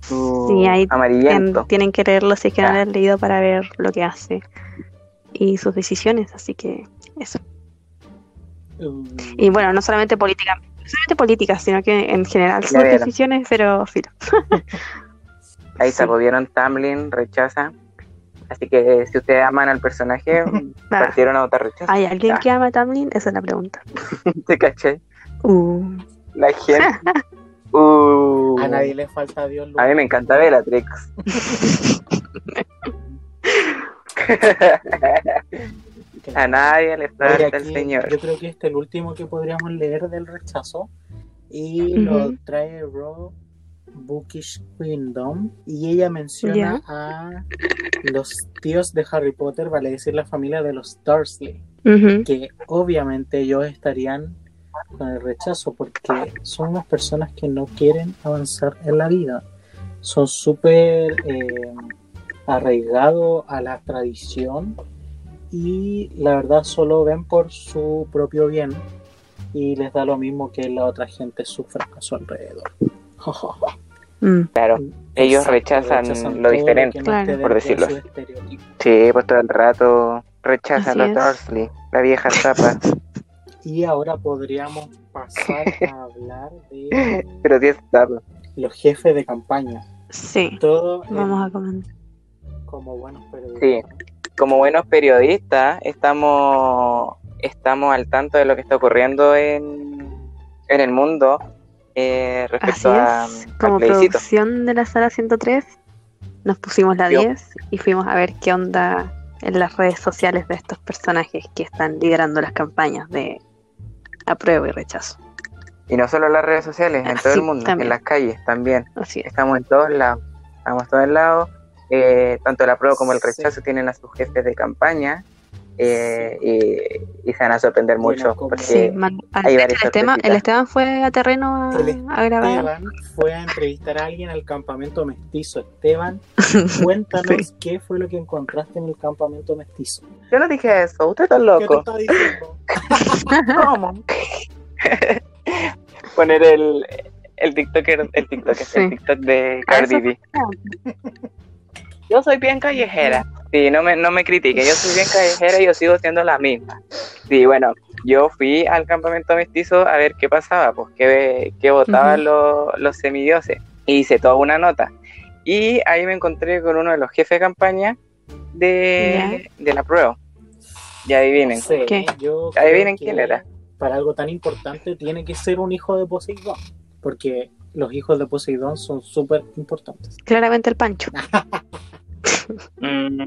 Sí, ahí
amarillento.
Tien- tienen que leerlo si es que no
Ya.
lo han leído para ver lo que hace y sus decisiones, así que eso.
Mm.
Y bueno, no solamente política, no solamente política, sino que en general sus
vieron.
decisiones, pero filo.
Ahí
Sí.
se pudieron Tamlin, rechaza. Así que eh, si ustedes aman al personaje,
Nada.
partieron a votar rechaza.
¿Hay alguien
Ya.
que ama a Tamlin? Esa es la pregunta.
¿Te caché?
Uh,
La gente. Uh.
A nadie le falta Dios luz.
A mí me encanta Bellatrix. a nadie le
Oye,
falta el
aquí,
señor.
Yo creo que este es el último que podríamos leer del rechazo. Y
Ujú.
lo trae Ro Bookish Kingdom. Y ella menciona
Ya.
a los tíos de Harry Potter, vale decir la familia de los Dursley.
ujú.
Que obviamente ellos estarían con el rechazo porque son unas personas que no quieren avanzar en la vida. Son súper eh, arraigados a la tradición y la verdad solo ven por su propio bien y les da lo mismo que la otra gente sufra a su alrededor.
Mm.
Claro, ellos rechazan, lo
todo
diferente,
que no
Claro.
por
esté dentro de
decirlo.
su estereotipo.
sí, pues todo el rato rechaza a
Así
los
es.
Dursley, la vieja zapa.
Y ahora podríamos pasar a hablar de
Pero 10 tapas.
los jefes de campaña.
Sí,
Todo el-
vamos a comentar.
como buenos
Sí.
periodistas.
Como buenos periodistas, estamos, estamos al tanto de lo que está ocurriendo en, en el mundo eh,
Así
respecto a,
es,
al
como
plebiscito.
producción de la sala 103, nos pusimos la
Yo.
10 y fuimos a ver qué onda en las redes sociales de estos personajes que están liderando las campañas de apruebo y rechazo.
Y no solo en las redes sociales, en
Ah,
todo
sí,
el mundo,
también.
en las calles también.
Así es.
Estamos en todos lados. Estamos en todos lados. Eh, tanto la prueba como el
Sí.
rechazo tienen a sus jefes de campaña. eh, y, y se van a sorprender
Bueno,
mucho.
como-
Porque
Sí, man- al-
Eh, hay
de
varias
hecho, el, Esteban, el
sorpresitas.
Esteban fue a terreno a,
El
a grabar.
Esteban fue a entrevistar a alguien al campamento mestizo. Esteban, cuéntanos qué fue lo que encontraste en el campamento mestizo.
yo no dije eso, usted está
¿Qué te
loco.
está diciendo?
¿Cómo? Poner el, el TikToker, el TikTok,
Sí.
el TikTok de
Ah,
Cardi
eso-
B. Yo soy bien callejera. Sí, no me, no me critiquen. Yo soy bien callejera y yo sigo siendo la misma. Sí, bueno, yo fui al campamento mestizo a ver qué pasaba, pues qué, qué votaban
Ujú.
los, los semidioses. Y hice toda una nota. Y ahí me encontré con uno de los jefes de campaña de, de la prueba. Y adivinen.
No sé,
¿Qué?
yo
Adivinen
creo que
quién era.
Para algo tan importante tiene que ser un hijo de Poseidón, porque los hijos de Poseidón son súper importantes.
Claramente el Pancho.
Mm.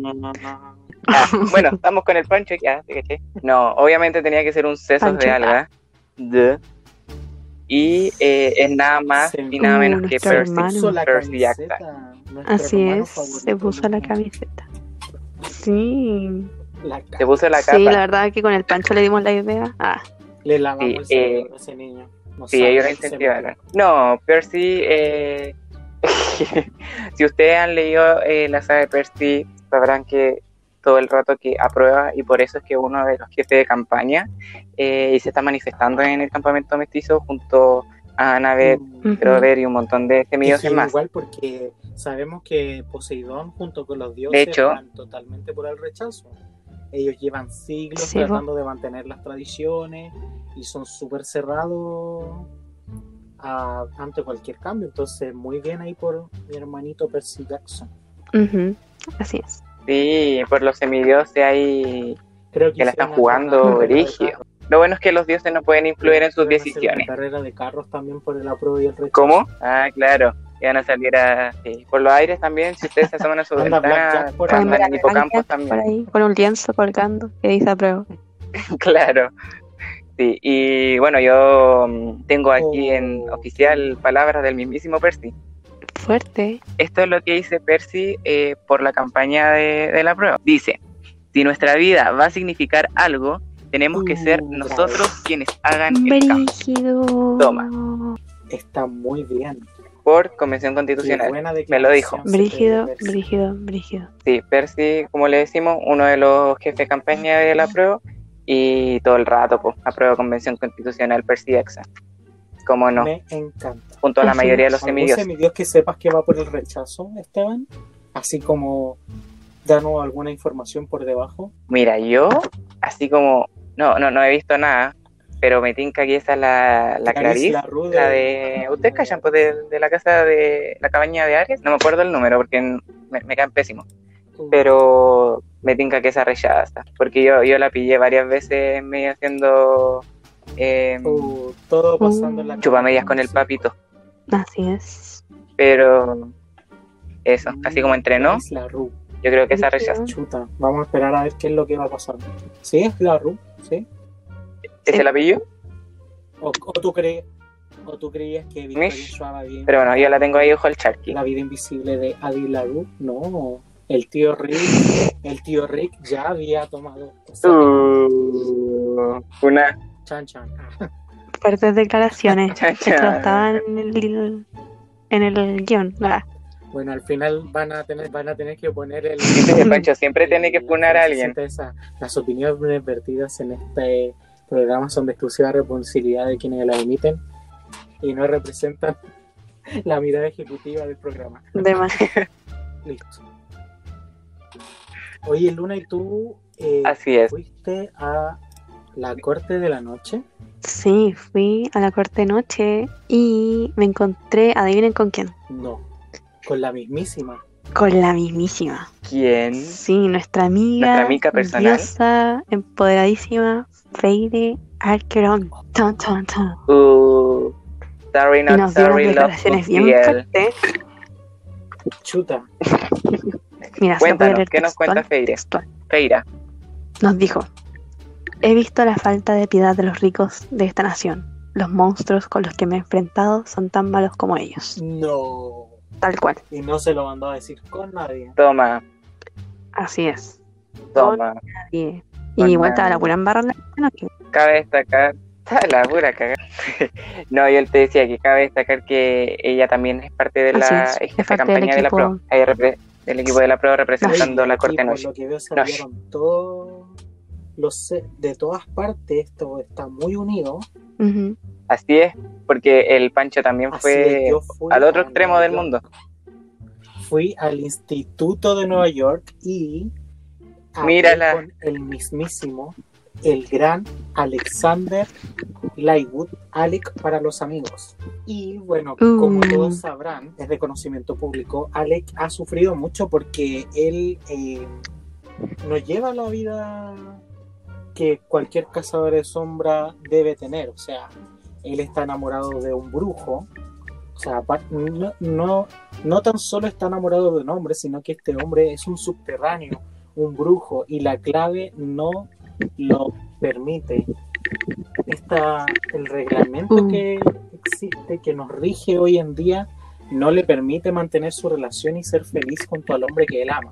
Ah, bueno, estamos con el pancho ya, ¿te caché? No, obviamente tenía que ser un sesos
Pancho. ah.
de alga. De. Y eh, es nada más
Se-
y nada
Uh,
menos que
nuestro
Percy,
hermano.
Puso la
Percy Jackson.
camiseta, nuestro
Así
hermano
es, se
favorito,
puso la
¿no?
camiseta. Sí.
La capa.
Se puso la capa.
Sí, la verdad que con el Pancho le dimos la idea. Ah,
Le
Sí,
lavamos el cerebro
eh,
a ese niño. No
Sí,
sabe,
ellos la
se
incentivaron. No, Percy, eh, si ustedes han leído eh, la saga de Percy, sabrán que todo el rato que aprueba y por eso es que uno de los jefes de campaña eh, y se está manifestando en el campamento mestizo junto a Annabeth,
Mm.
Grover y un montón de
Que
semillos
sí,
más.
igual porque sabemos que Poseidón junto con los dioses
De hecho-
van totalmente por el rechazo. Ellos llevan siglos
Sí, po.
tratando de mantener las tradiciones y son súper cerrados a- ante cualquier cambio. Entonces, muy bien ahí por mi hermanito Percy Jackson.
ujú, así es.
Sí, por los semidioses hay...
Creo que
Que la están
hicieron
jugando
una carrera de
brígido.
carros.
Lo bueno es que los dioses no pueden influir en sus
Iban a hacer
decisiones.
Una carrera de carros también por el apruebo y el rechazo.
¿Cómo? Ah, claro. Y van a salir a, sí, por los aires también. Si ustedes se asoman a su
Anda
ventana,
Blackjack por ahí.
Pueden ver
andan
a
en hipocampos
Natalia por
también.
ahí, con un lienzo colgando que dice apruebo.
Claro. Sí, y bueno, yo mm, tengo aquí en
Oh.
oficial palabras del mismísimo Percy.
Fuerte.
Esto es lo que dice Percy eh, por la campaña de, de la prueba. Dice, si nuestra vida va a significar algo, tenemos que ser
Uh,
nosotros quienes hagan el cambio.
Brígido.
Toma.
Está muy bien.
por convención
Qué
constitucional.
buena
me lo dijo.
declaración se
Brígido,
puede ver.
brígido, brígido.
Sí, Percy, como le decimos, uno de los jefes de campaña de la prueba y todo el rato, pues, aprueba convención constitucional Percy Jackson. Como no,
Me encanta.
junto a la
Así
mayoría de los
Los
semidios.
semidios que sepas que va por el rechazo, Esteban? Así como danos alguna información por debajo.
Mira, yo, así como, no, no, no he visto nada, pero me tinca que esa es la, la Clarice.
La, Rue
La de. ¿Ustedes callan? Pues de, de la casa de. La cabaña de Aries. No me acuerdo el número porque n- me, me caen pésimo. Pero me tinca que esa rechada está. Porque yo, yo la pillé varias veces medio haciendo. Eh,
Uh, todo pasando en la
chupamedias con el papito.
Así es.
Pero. Eso. Así como entrenó,
Es la Rue.
yo creo que esa rechaza.
Chuta, vamos a esperar a ver qué es lo que va a pasar. ¿Sí es la Rue? ¿Sí?
¿Ese la pilló?
¿O, o tú crees? ¿O tú creías que Victoria
Mish.
Schwab había-
Pero bueno, yo la tengo ahí, ojo al charqui.
la vida invisible de Adi LaRue? No, el tío Rick, el tío Rick ya había tomado o sea,
Mm. Uh, una
chan chan. Ah,
Fuertes declaraciones.
chancha.
Esto estaba en el, en el guión. Ah,
Bueno, al final van a tener van a tener que poner el
Dice que Este Pancho siempre tiene que funar a alguien.
Esa- Las opiniones vertidas en este programa son de exclusiva responsabilidad de quienes las emiten y no representan la mirada ejecutiva del programa.
demasiado.
Listo. Oye, Luna, ¿y tú eh,
Así es.
fuiste a la corte de la noche?
Sí, fui a la corte de noche y me encontré, adivinen con quién.
No, con la mismísima.
Con la mismísima.
¿Quién?
Sí, nuestra amiga.
Nuestra amiga personal.
diosa, empoderadísima, Feide Arquerón. Ton, ton, ton.
Uh, sorry,
Y
not
nos dio unas
sorry, love
declaraciones bien
Fiel.
fuertes.
Chuta,
Mira, se puede
Cuéntanos,
leer
¿qué nos
textual,
cuenta Feira?
textual.
Feira,
nos dijo, he visto la falta de piedad de los ricos de esta nación. Los monstruos con los que me he enfrentado son tan malos como ellos.
no.
Tal cual.
Y no se lo mandó a decir con nadie.
toma,
Así es.
toma.
Y,
Con
y igual estaba
nadie.
la pura embarra en la noche.
Cabe destacar. Está la pura cagada. no, yo te decía que cabe destacar que ella también es parte de la
Así es,
es
es parte
campaña
del
de la
equipo.
pro. ahí repre- del equipo de la pro representando
Oye,
la
aquí,
corte
por
noche.
Lo que veo salieron todos los se- de todas partes, esto está muy unido.
Ujú.
Así es, porque el Pancho también
Así
fue
es, yo fui
al otro
a
extremo
Nueva
del
York.
mundo.
Fui al Instituto de Nueva York y hablé
Mírala.
con el mismísimo, el gran Alexander Lightwood, Alec para los amigos. Y bueno, como
Mm.
todos sabrán, es de conocimiento público, Alec ha sufrido mucho porque él eh, no lleva la vida que cualquier cazador de sombra debe tener. O sea, él está enamorado de un brujo. O sea, apar- no, no, no tan solo está enamorado de un hombre, sino que este hombre es un subterráneo, un brujo, y la clave no lo permite. Está el reglamento
Uh.
Mm.
que existe, que nos rige hoy en día, no le permite mantener su relación y ser feliz junto al hombre que él ama.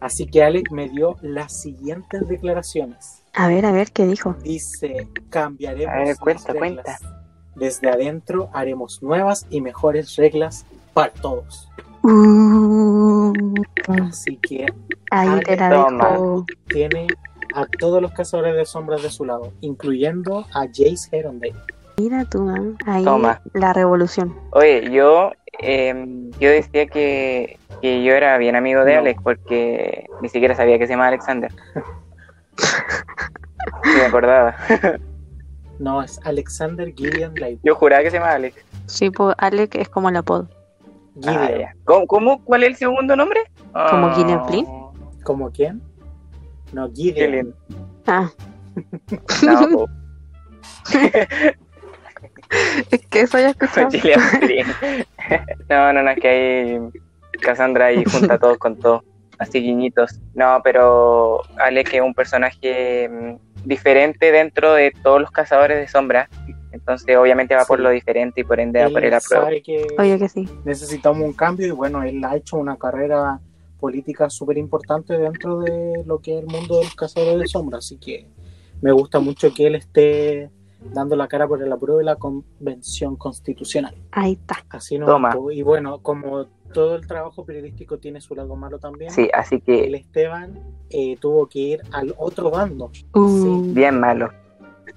Así que Alex me dio las siguientes declaraciones.
A ver, a ver, ¿qué dijo?
Dice, cambiaremos
A ver, cuenta,
las reglas. Desde adentro haremos nuevas y mejores reglas para todos.
Uh,
Así que
ahí te la
Toma.
dejo.
tiene a todos los cazadores de sombras de su lado, incluyendo a Jace Heronday.
Mira tú, man. ahí
Toma.
la revolución.
Oye, yo, em, yo decía que, que yo era bien amigo de
No.
Alex porque ni siquiera sabía que se llamaba Alexander. Ni me acordaba.
No, es Alexander Gideon Lightwood.
Yo juraba que se llamaba Alex.
Sí, pues Alec es como la pod.
Ah,
Gideon.
ya. ¿Cómo, cómo- cuál es el segundo nombre?
¿Como
Ah,
Guinea Flynn?
¿Cómo quién? No,
qué
Gideon.
lindo.
Ah,
No, po,
es que eso ya escuchado.
Guinea Flynn. No, no, no, es que ahí Cassandra ahí junta a todos con todos. Así guiñitos. No, pero Alex es un personaje mm, diferente dentro de todos los cazadores de sombra. Entonces, obviamente va por
Sí.
lo diferente y por ende va
Él
por el apruebo.
sabe que
Oye que sí.
necesitamos un cambio y bueno, él ha hecho una carrera política súper importante dentro de lo que es el mundo del cazador de sombra, así que me gusta mucho que él esté dando la cara por el apruebo de la convención constitucional.
Ahí está.
Así no.
Toma.
Y bueno, como todo el trabajo periodístico tiene su lado malo también,
Sí, así
el
que
Esteban eh, tuvo que ir al otro bando.
Uh,
bien malo.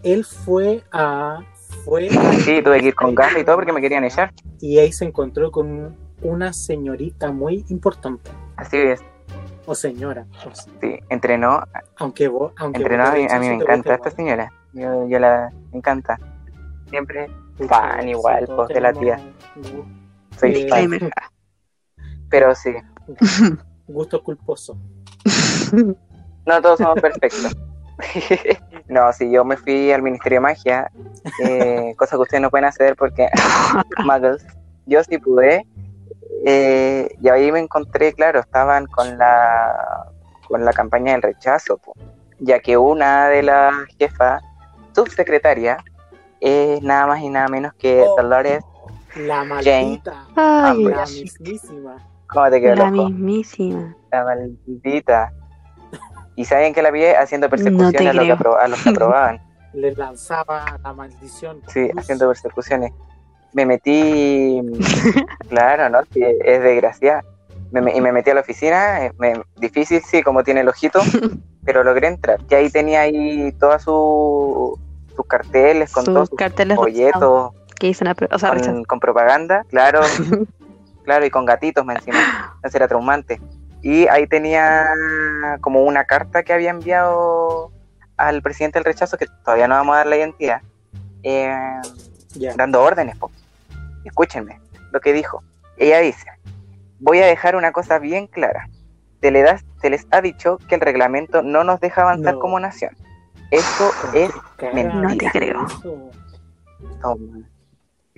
Él fue a fue a-
Sí, tuve que ir con gafas y todo porque me querían echar.
y ahí se encontró con una señorita muy importante
Así es,
o señora. o sea,
sí. Entrenó,
aunque vos, aunque
entrenó
vos
a, mí,
te
a mí me
rechaces, te
encanta este
gusta
esta señora. Yo, yo la me encanta. Siempre
igual.
Fan igual,
todos
pues, de la
tenemos
soy
Sí.
fan,
disclaimer.
pero sí.
Gusto culposo.
No todos somos perfectos. no, si yo me fui al Ministerio de Magia, eh, cosa que ustedes no pueden hacer porque muggles, yo sí pude. eh, y ahí me encontré, claro, estaban con la con la campaña del rechazo, po, ya que una de las jefas subsecretaria es nada más y nada menos que
Oh.
Eh, Dolores.
La maldita.
Ay,
Ambos.
La mismísima.
¿Cómo te quedó el
la
ojo?
mismísima.
La maldita. Y saben que la vi haciendo persecuciones a, los que
creo.
apro- a los que aprobaban.
Le lanzaba la maldición.
Sí,
Uf,
haciendo persecuciones. Me metí, claro, ¿no? Sí, es desgracia. Me, me- y me metí a la oficina, eh, me- difícil, sí, como tiene el ojito, pero logré entrar. Y ahí tenía ahí todos sus carteles, con todos
Sus
sus
carteles rechazados
folletos,
que dicen apro- o sea, rechazo.
con, con propaganda, claro, claro, y con gatitos me encima. Entonces era traumante. Y ahí tenía como una carta que había enviado al presidente del rechazo, que todavía no vamos a dar la identidad. Eh,
ya.
dando órdenes. po. Escúchenme lo que dijo. Ella dice, voy a dejar una cosa bien clara. Se, le das- se les ha dicho que el reglamento no nos deja avanzar
No.
como nación. Esto es...
Cara,
mentira.
No te creo.
eso.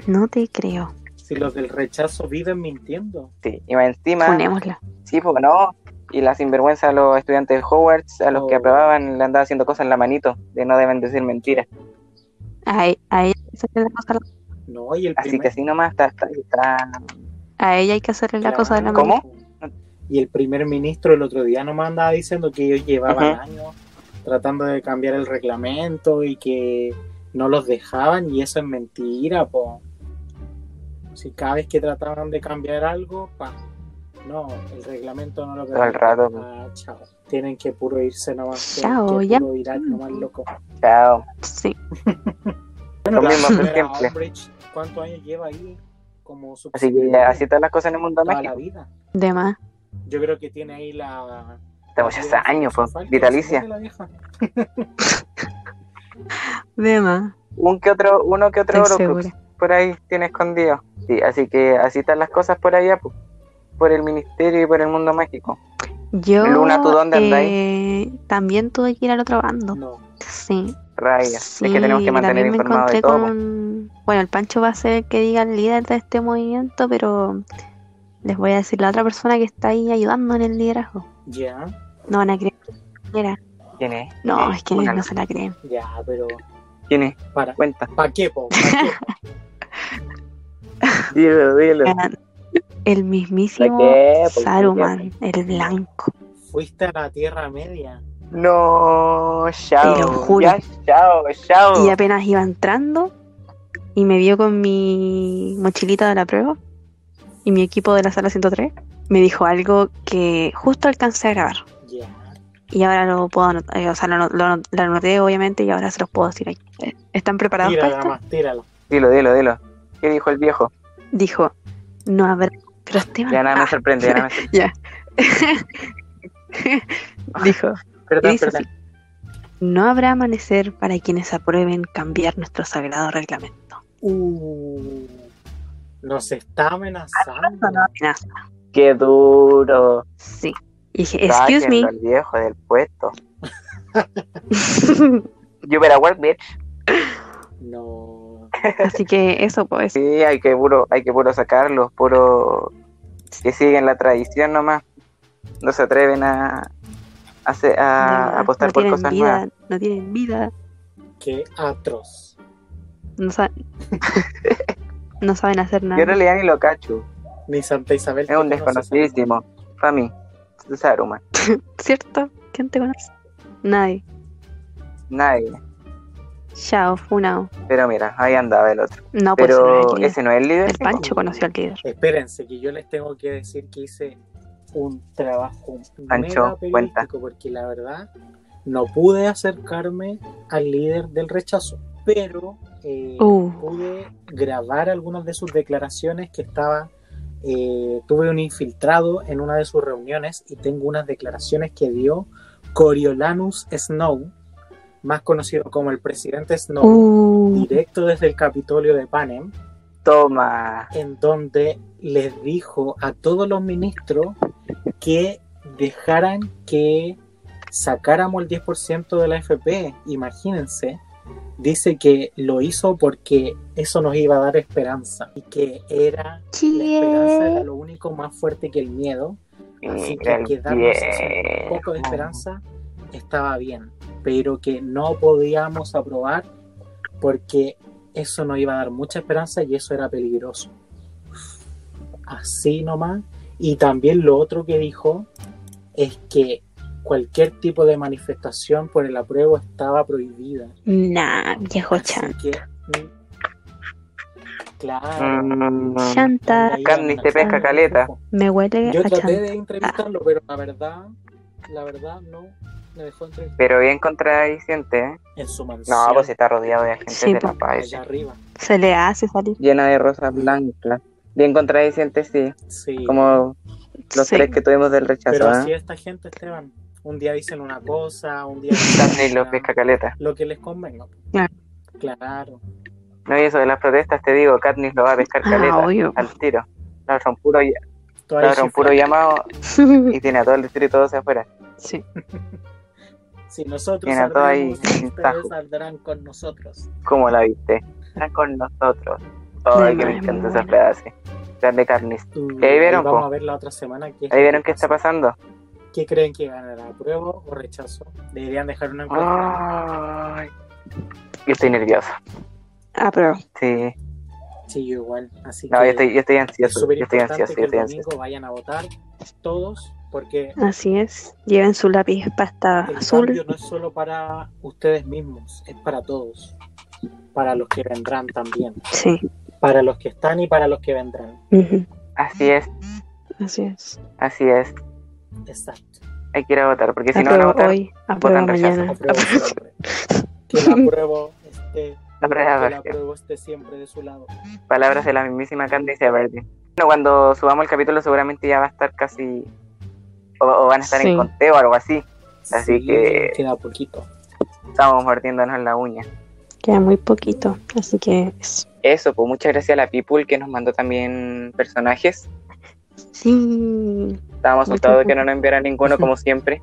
No te creo.
Si los del rechazo viven mintiendo.
Sí, y más encima...
Ponémosla.
Sí, pues no. Y la sinvergüenza a los estudiantes de Hogwarts, a los que
Oh.
aprobaban, le andaba haciendo cosas en la manito, de no deben decir mentiras.
A, e- a ella, hay que hacerle la cosa-
No, y el
Así
primer
que así nomás está... está, está-
a ella hay que hacerle la cosa de la
¿Cómo?
mano.
Y el primer ministro el otro día nos andaba diciendo que ellos llevaban
Ajá.
años tratando de cambiar el reglamento y que no los dejaban y eso es mentira, po. Si cada vez que trataban de cambiar algo, pa. No, el reglamento no lo
Todo el rato, po.
Ah, chao. Tienen que puro irse nomás. que-
Chao,
que
ya. Mm.
puro ir al- nomás loco.
Chao.
Sí.
Lo
Bueno, la
mismo que
señora
siempre.
Umbridge, ¿cuántos años lleva ahí? Como su
Así que así están las cosas en el mundo de
toda la
México.
vida.
De más.
Yo creo que tiene ahí la
Está muchos años, pues, vitalicia.
De más.
un que otro, uno que otro
Estoy
Orocrux
segura.
por ahí tiene escondido. Sí, así que así están las cosas por allá, pu, por el ministerio y por el mundo mágico.
Yo
Luna, ¿tú dónde andas
eh, también tuve que ir al otro bando.
No,
Sí.
Rayas, es que tenemos
Sí,
que mantener
también me
informado de
encontré
todo. pu.
con... Bueno, el Pancho va a ser el que diga el líder de este movimiento, pero les voy a decir la otra persona que está ahí ayudando en el liderazgo.
ya,
No van a creer. Mira,
pues. ¿Quién es?
no,
¿Quién
es que
Póngalo.
no se la creen.
ya, pero
¿Quién es?
para,
Cuenta.
¿pa qué, po? ¿Pa qué, po?
Dilo, dilo.
Ah, El mismísimo
¿Para qué? ¿Por qué?
Saruman, el blanco.
Fuiste a la Tierra Media.
No,
Te lo
chao.
juro.
Ya, chao, chao.
Y apenas iba entrando y me vio con mi mochilita de la prueba y mi equipo de la sala 103, me dijo algo que justo alcancé a grabar.
Ya,
Y ahora lo puedo anotar, o sea, lo, lo- lo- lo anoté obviamente y ahora se los puedo decir aquí. Eh, ¿Están preparados para
tírala
esto?
más, tírala.
Dilo, dilo, dilo. ¿Qué dijo el viejo?
Dijo, no habrá... Pero Esteban...
Ya nada me
ah,
sorprende, ya nada me sorprende.
dijo,
Perdón,
dice
perdón.
no habrá amanecer para quienes aprueben cambiar nuestro sagrado reglamento.
Uh, nos está amenazando.
Amenaza.
Qué duro.
Sí. Y dije, excuse
Sáquenlo
me.
al viejo del puesto. You better work, bitch.
No,
Así que eso, pues.
Sí, hay que puro, hay que puro sacarlos, puro que siguen la tradición nomás. No se atreven a, a, se- a
No,
Ah, apostar
no
por
tienen
cosas
vida,
nuevas.
No tienen vida.
qué atroz.
No, sa- no saben hacer
Yo en
nada.
realidad ni lo cacho.
Ni Santa Isabel.
Es un
te conoce,
desconocidísimo. Para mí, Saruman.
¿Cierto? ¿Quién te conoce? Nadie.
Nadie.
Chao, funao.
Pero mira, ahí andaba el otro.
No, pues ese no es
Pero
el líder.
ese no es el líder.
El Pancho conoció al líder.
Espérense, que yo les tengo que decir que hice un trabajo
Pancho,
mega
cuenta.
periodístico, porque la verdad no pude acercarme al líder del rechazo, pero eh,
Uh.
pude grabar algunas de sus declaraciones que estaba. eh, tuve un infiltrado en una de sus reuniones y tengo unas declaraciones que dio Coriolanus Snow, más conocido como el presidente Snow,
Uh,
directo desde el Capitolio de Panem,
Toma.
en donde les dijo a todos los ministros que dejaran que sacáramos el 10% de la FP, imagínense. Dice que lo hizo porque eso nos iba a dar esperanza y que era la esperanza era lo único más fuerte que el miedo,
Mira
así que
eh, el eh,
quedarnos sin un
viejo.
poco de esperanza estaba bien, pero que no podíamos aprobar porque eso nos iba a dar mucha esperanza y eso era peligroso. Así nomás. Y también lo otro que dijo es que cualquier tipo de manifestación por el apruebo estaba prohibida.
Nah, viejo chan.
Así que, mm, claro.
Mm,
Chanta.
ahí
Carne
anda.
te pesca caleta.
Me huele
Yo
a
traté de
chanta.
entrevistarlo, pero la verdad, la verdad no me dejó entrevistar
Pero bien contradiciente, ¿eh?
en su
No,
mansión.
pues está rodeado de agentes
Sí,
de
pues.
la paz.
allá arriba.
Se le hace salir.
Llena de rosas blancas. Bien contradiciente, sí.
Sí.
Como los
Sí.
tres que tuvimos del
pero
rechazo,
así
¿eh?
esta gente, Esteban. Un día dicen una cosa, un día dicen
Carne y los
otra,
pescacaletas.
lo que les convenga.
Claro.
Claro.
No, y eso de las protestas, te digo, Katniss lo va a pescar
Ah,
caleta
obvio.
al tiro. Claro, son puro,
Todo ahí
claro, son
sí
puro
fue.
llamado y tiene a todo el distrito 12 afuera.
Sí.
Si nosotros
Mira, todo ahí
saldremos,
sin
ustedes
tajo.
saldrán con nosotros.
¿Cómo la viste? Está con nosotros. Ay, que me
Demonios.
encanta esa frase. Grande Carnis.
Y
Y ahí vieron,
vamos
po.
a ver la otra semana. qué es
Ahí
lo
vieron
que
qué está
pasa.
pasando.
¿Qué creen que ganará? ¿Apruebo o rechazo? Deberían dejar
Ah.
una encuesta.
Ay. Yo estoy nervioso.
Ah, pero.
Sí.
Sí, yo igual. Así
No,
que
yo estoy, yo estoy
es
ansioso.
súper
Yo estoy
importante
ansioso,
que
yo
el
estoy
domingo
ansioso.
vayan a votar todos, porque
Así es. Lleven su lápiz pasta
el
azul.
cambio no es solo para ustedes mismos, es para todos. Para los que vendrán también.
Sí.
Para los que están y para los que vendrán.
Ujú.
Así es,
Así es.
así es.
Exacto.
Hay que ir a votar, porque si no van a
Apruebo
votar,
hoy, apruebo
votan rechazo.
mañana.
Apruebo siempre. Que la apruebo esté,
La
que
prueba
la
Verdi.
apruebo esté siempre de su lado.
Palabras de la mismísima Candice Everdeen. Bueno, cuando subamos el capítulo seguramente ya va a estar casi... O, o van a estar
Sí.
en conteo o algo así. Así
Sí,
que-
Queda poquito.
Estamos mordiéndonos la uña.
Queda muy poquito. Así que. es-
Eso, pues muchas gracias a la People que nos mandó también personajes.
Sí.
Estábamos
Muchas
asustados de que no nos enviaran ninguno como siempre.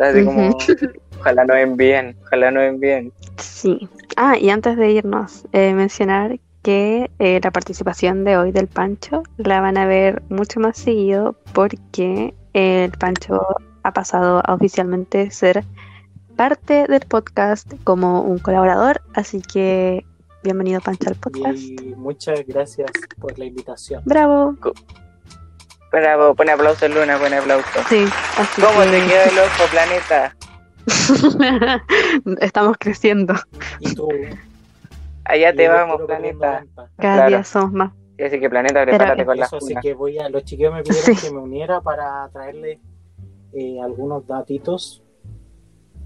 Así como, ojalá nos envíen, ojalá nos envíen.
Sí. Ah, y antes de irnos, eh, mencionar que eh, la participación de hoy del Pancho la van a ver mucho más seguido porque el Pancho ha pasado a oficialmente ser parte del podcast como un colaborador, así que bienvenido Pancho al podcast.
Y muchas gracias por la invitación.
Bravo.
Bravo, buen aplauso Luna, buen aplauso.
Sí, así
¿Cómo te
que
quedó el ojo, planeta?
estamos creciendo.
Y tú.
Allá te
yo
vamos,
quiero
planeta.
perdiendo venta.
Cada
Claro.
día somos más.
Así que, planeta, prepárate
Espérame.
con las
Eso, así
funas.
que voy a. Los chiquillos me
Sí.
pidieron que me uniera para traerles eh, algunos datitos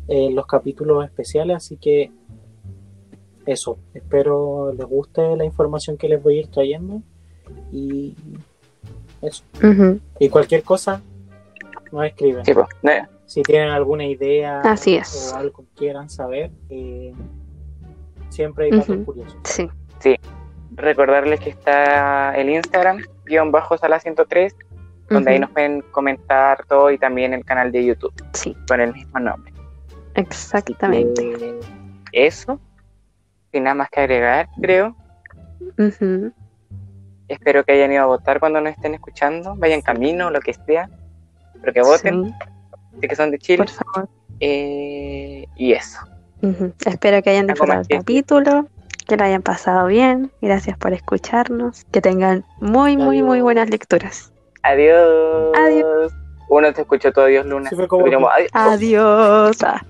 en los capítulos especiales, así que eso. Espero les guste la información que les voy a ir trayendo y eso.
Ujú,
Y cualquier cosa, nos escriben.
Sí, pues, no,
Si tienen alguna idea
Así es.
o algo que quieran saber, eh, siempre hay datos
Ujú.
curiosos.
Sí.
recordarles que está el Instagram, guión bajo sala 103, donde ahí
Ujú,
nos pueden comentar todo y también el canal de YouTube
Sí,
con el mismo nombre.
exactamente.
Eh, eso, sin nada más que agregar, creo.
Ujú.
Espero que hayan ido a votar cuando nos estén escuchando. Vayan camino, lo que sea. Pero que voten,
Sí,
sé que son de Chile.
por favor.
Eh, y eso.
Ujú. Espero que hayan
Algo
disfrutado
más
el
que-
capítulo, que lo hayan pasado bien. Gracias por escucharnos. Que tengan muy, muy, muy
Adiós.
buenas lecturas.
Adiós.
Adiós.
Uno te escuchó todo, Dios Luna.
Sí, fue como-
Pero como, adiós.
Adiós. Ah.